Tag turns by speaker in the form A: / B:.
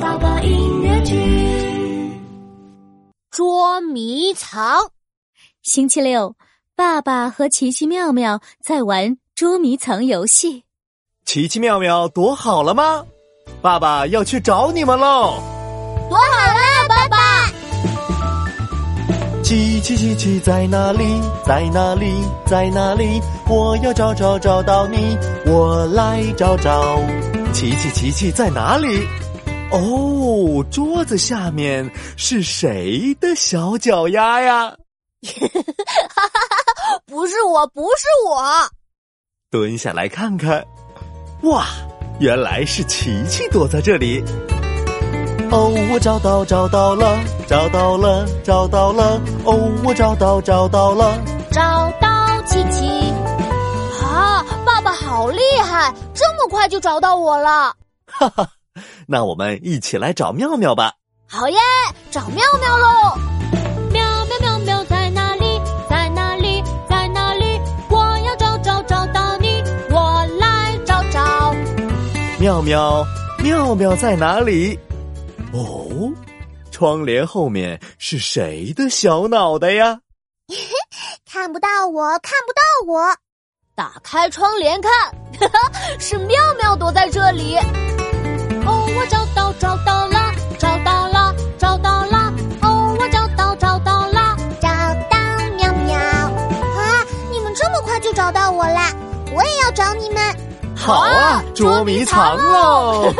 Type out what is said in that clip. A: 宝宝音乐剧
B: 捉迷藏。
C: 星期六，爸爸和奇奇妙妙在玩捉迷藏游戏。
D: 奇奇妙妙躲好了吗？爸爸要去找你们喽！
B: 躲好了，爸爸。
D: 奇奇奇奇在哪里？在哪里？在哪里？我要找找找到你，我来找找。奇奇奇奇在哪里？哦，桌子下面是谁的小脚丫呀？
B: 不是我，不是我。
D: 蹲下来看看，哇，原来是琪琪躲在这里。哦，我找到找到了，找到了找到了，哦，我找到找到了。
B: 找到琪琪。啊，爸爸好厉害，这么快就找到我了。
D: 哈哈，那我们一起来找妙妙吧。
B: 好耶，找妙妙喽！
A: 妙妙妙妙在哪里？在哪里？在哪里？我要找找找到你，我来找找。
D: 妙妙，妙妙在哪里？哦，窗帘后面是谁的小脑袋呀？
E: 看不到我，看不到我，
B: 打开窗帘看， 哈哈，是妙妙躲在这里。
A: 哦，我找到找到啦，找到啦，找到啦。哦，我找到找到啦。
E: 找到喵喵啊！你们这么快就找到我啦，我也要找你们。
D: 好啊，捉迷藏喽！